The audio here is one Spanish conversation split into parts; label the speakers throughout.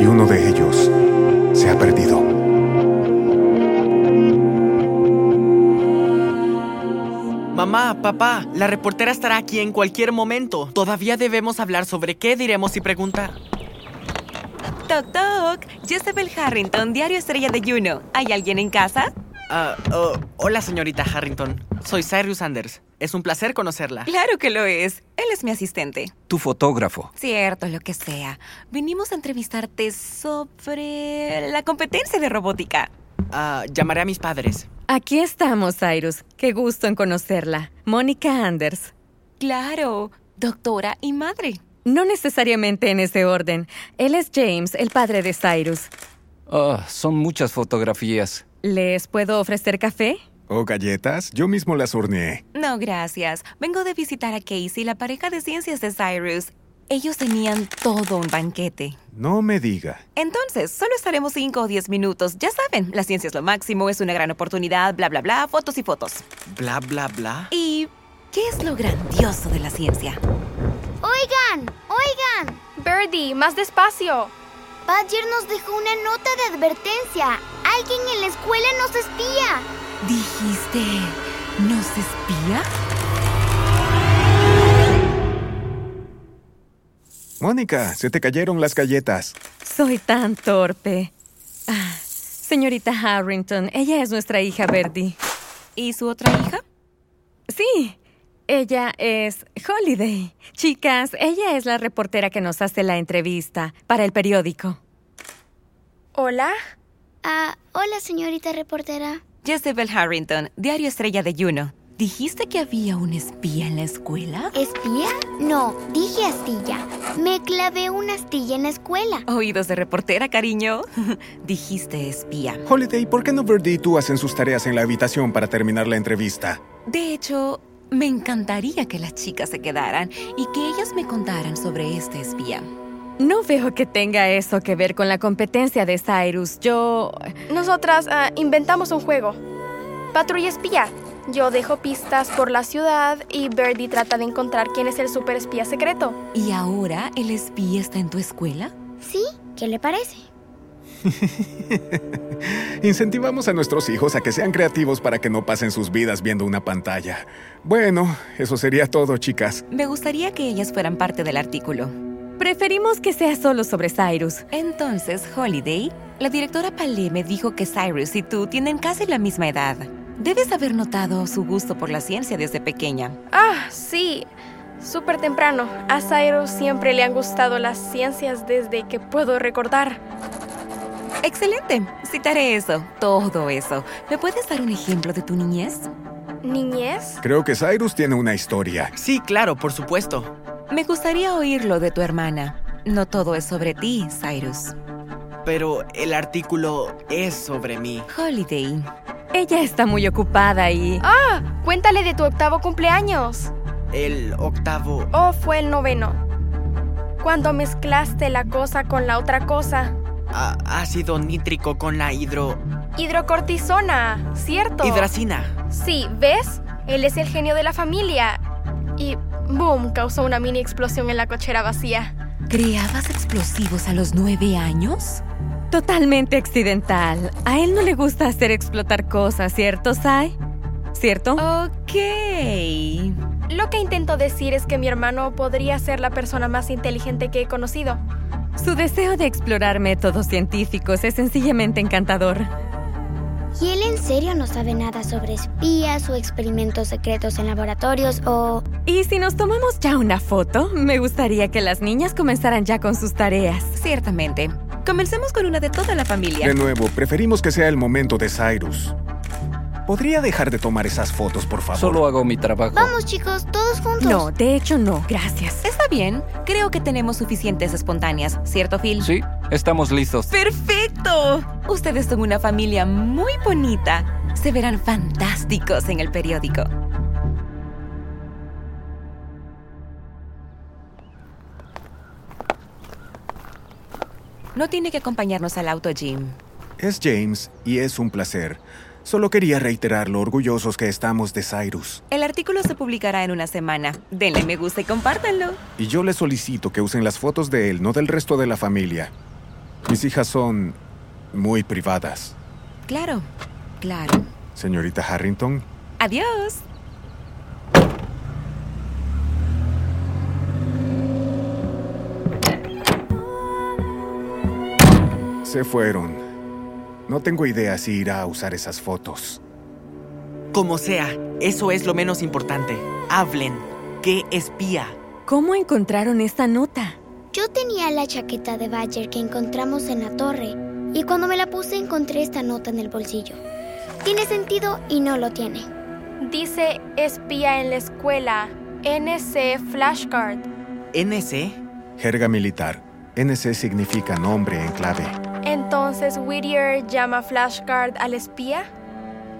Speaker 1: Y uno de ellos se ha perdido.
Speaker 2: Mamá, papá, la reportera estará aquí en cualquier momento. Todavía debemos hablar sobre qué diremos y preguntar.
Speaker 3: Toc toc, Jezebel Harrington, diario estrella de Juno. ¿Hay alguien en casa?
Speaker 2: Ah, oh, hola, señorita Harrington. Soy Cyrus Anders. Es un placer conocerla.
Speaker 3: Claro que lo es. Él es mi asistente.
Speaker 4: Tu fotógrafo.
Speaker 3: Cierto, lo que sea. Venimos a entrevistarte sobre la competencia de robótica.
Speaker 2: Ah, llamaré a mis padres.
Speaker 5: Aquí estamos, Cyrus. Qué gusto en conocerla. Mónica Anders.
Speaker 3: Claro, doctora y madre.
Speaker 5: No necesariamente en ese orden. Él es James, el padre de Cyrus.
Speaker 4: Ah, son muchas fotografías.
Speaker 5: ¿Les puedo ofrecer café?
Speaker 1: ¿O Oh, galletas? Yo mismo las horneé.
Speaker 3: No, gracias. Vengo de visitar a Casey, la pareja de ciencias de Cyrus. Ellos tenían todo un banquete.
Speaker 1: No me diga.
Speaker 3: Entonces, solo estaremos 5 o 10 minutos. Ya saben, la ciencia es lo máximo, es una gran oportunidad, bla, bla, bla, fotos y fotos.
Speaker 2: Bla, bla, bla.
Speaker 3: ¿Y qué es lo grandioso de la ciencia?
Speaker 6: Oigan, oigan.
Speaker 7: Birdie, más despacio.
Speaker 6: Badger nos dejó una nota de advertencia. Alguien en la escuela nos espía.
Speaker 3: ¿Dijiste, nos espía?
Speaker 1: Mónica, se te cayeron las galletas.
Speaker 5: Soy tan torpe. Ah, señorita Harrington, ella es nuestra hija Verdi.
Speaker 3: ¿Y su otra hija?
Speaker 5: Sí, ella es Holiday. Chicas, ella es la reportera que nos hace la entrevista para el periódico.
Speaker 7: Hola.
Speaker 6: Ah, hola, señorita reportera.
Speaker 3: Jezebel Harrington, diario estrella de Juno. ¿Dijiste que había un espía en la escuela?
Speaker 6: ¿Espía? No, dije astilla. Me clavé una astilla en la escuela.
Speaker 3: Oídos de reportera, cariño. Dijiste espía.
Speaker 1: Holiday, ¿por qué no Birdie y tú hacen sus tareas en la habitación para terminar la entrevista?
Speaker 3: De hecho, me encantaría que las chicas se quedaran y que ellas me contaran sobre este espía.
Speaker 5: No veo que tenga eso que ver con la competencia de Cyrus. Yo...
Speaker 7: Nosotras ah, inventamos un juego. Patrulla espía. Yo dejo pistas por la ciudad y Birdie trata de encontrar quién es el super espía secreto.
Speaker 3: ¿Y ahora el espía está en tu escuela?
Speaker 6: ¿Sí? ¿Qué le parece?
Speaker 1: Incentivamos a nuestros hijos a que sean creativos para que no pasen sus vidas viendo una pantalla. Bueno, eso sería todo, chicas.
Speaker 3: Me gustaría que ellas fueran parte del artículo.
Speaker 5: Preferimos que sea solo sobre Cyrus.
Speaker 3: Entonces, Holiday, la directora Palé me dijo que Cyrus y tú tienen casi la misma edad. Debes haber notado su gusto por la ciencia desde pequeña.
Speaker 7: Ah, sí. Súper temprano. A Cyrus siempre le han gustado las ciencias desde que puedo recordar.
Speaker 3: Excelente. Citaré eso. Todo eso. ¿Me puedes dar un ejemplo de tu niñez?
Speaker 7: ¿Niñez?
Speaker 1: Creo que Cyrus tiene una historia.
Speaker 2: Sí, claro, por supuesto.
Speaker 3: Me gustaría oírlo de tu hermana. No todo es sobre ti, Cyrus.
Speaker 2: Pero el artículo es sobre mí.
Speaker 3: Holiday.
Speaker 5: Ella está muy ocupada y... oh,
Speaker 7: Ah, cuéntale de tu octavo cumpleaños.
Speaker 2: El octavo.
Speaker 7: ¿O fue el noveno? Cuando mezclaste la cosa con la otra cosa.
Speaker 2: a- ácido nítrico con la hidro.
Speaker 7: Hidrocortisona, ¿cierto?
Speaker 2: Hidracina.
Speaker 7: Sí, ¿ves? Él es el genio de la familia. Y boom, causó una mini explosión en la cochera vacía.
Speaker 3: ¿Creabas explosivos a los nueve años?
Speaker 5: Totalmente accidental. A él no le gusta hacer explotar cosas, ¿cierto, Sai? ¿Cierto?
Speaker 3: Ok.
Speaker 7: Lo que intento decir es que mi hermano podría ser la persona más inteligente que he conocido.
Speaker 5: Su deseo de explorar métodos científicos es sencillamente encantador.
Speaker 6: ¿Y él en serio no sabe nada sobre espías o experimentos secretos en laboratorios o...
Speaker 5: Y si nos tomamos ya una foto, me gustaría que las niñas comenzaran ya con sus tareas.
Speaker 3: Ciertamente. Comencemos con una de toda la familia.
Speaker 1: De nuevo, preferimos que sea el momento de Cyrus. ¿Podría dejar de tomar esas fotos, por favor?
Speaker 4: Solo hago mi trabajo.
Speaker 6: Vamos chicos, todos juntos.
Speaker 5: No, de hecho no, gracias.
Speaker 3: Está bien. Creo que tenemos suficientes espontáneas, ¿cierto, Phil?
Speaker 4: Sí, Estamos listos.
Speaker 3: ¡Perfecto! Ustedes son una familia muy bonita. Se verán fantásticos en el periódico. No tiene que acompañarnos al auto, Jim.
Speaker 1: Es James y es un placer. Solo quería reiterar lo orgullosos que estamos de Cyrus.
Speaker 3: El artículo se publicará en una semana. Denle me gusta y compártanlo.
Speaker 1: Y yo le solicito que usen las fotos de él, no del resto de la familia. Mis hijas son muy privadas.
Speaker 3: Claro, claro.
Speaker 1: Señorita Harrington,
Speaker 3: Adiós.
Speaker 1: se fueron. No tengo idea si irá a usar esas fotos.
Speaker 2: Como sea, eso es lo menos importante. Hablen. ¿Qué espía?
Speaker 5: ¿Cómo encontraron esta nota?
Speaker 6: Yo tenía la chaqueta de Badger que encontramos en la torre y cuando me la puse encontré esta nota en el bolsillo. Tiene sentido y no lo tiene.
Speaker 7: Dice espía en la escuela. NC Flashcard.
Speaker 2: ¿NC?
Speaker 1: Jerga militar. NC significa nombre en clave.
Speaker 7: Entonces Whittier llama Flashcard al espía.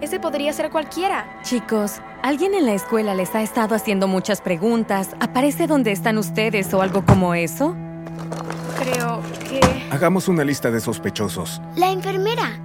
Speaker 7: Ese podría ser cualquiera.
Speaker 5: Chicos, alguien en la escuela les ha estado haciendo muchas preguntas. ¿Aparece dónde están ustedes o algo como eso?
Speaker 7: Creo que...
Speaker 1: Hagamos una lista de sospechosos.
Speaker 6: La enfermera.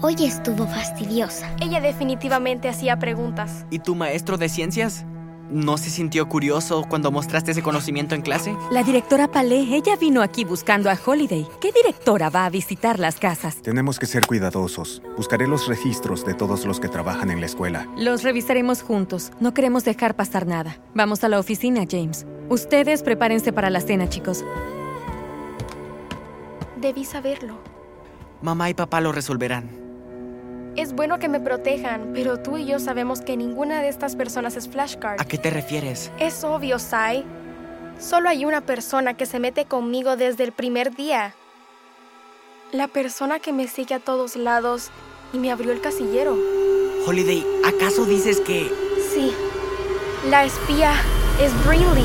Speaker 6: Hoy estuvo fastidiosa.
Speaker 7: Ella definitivamente hacía preguntas.
Speaker 2: ¿Y tu maestro de ciencias? ¿No se sintió curioso cuando mostraste ese conocimiento en clase?
Speaker 5: La directora Palé, ella vino aquí buscando a Holiday. ¿Qué directora va a visitar las casas?
Speaker 1: Tenemos que ser cuidadosos. Buscaré los registros de todos los que trabajan en la escuela.
Speaker 5: Los revisaremos juntos. No queremos dejar pasar nada. Vamos a la oficina, James. Ustedes prepárense para la cena, chicos.
Speaker 7: Debí saberlo.
Speaker 2: Mamá y papá lo resolverán.
Speaker 7: Es bueno que me protejan, pero tú y yo sabemos que ninguna de estas personas es Flashcard.
Speaker 2: ¿A qué te refieres?
Speaker 7: Es obvio, Sai. Solo hay una persona que se mete conmigo desde el primer día. La persona que me sigue a todos lados y me abrió el casillero.
Speaker 2: Holiday, ¿acaso dices que...
Speaker 7: Sí. La espía es Brinley.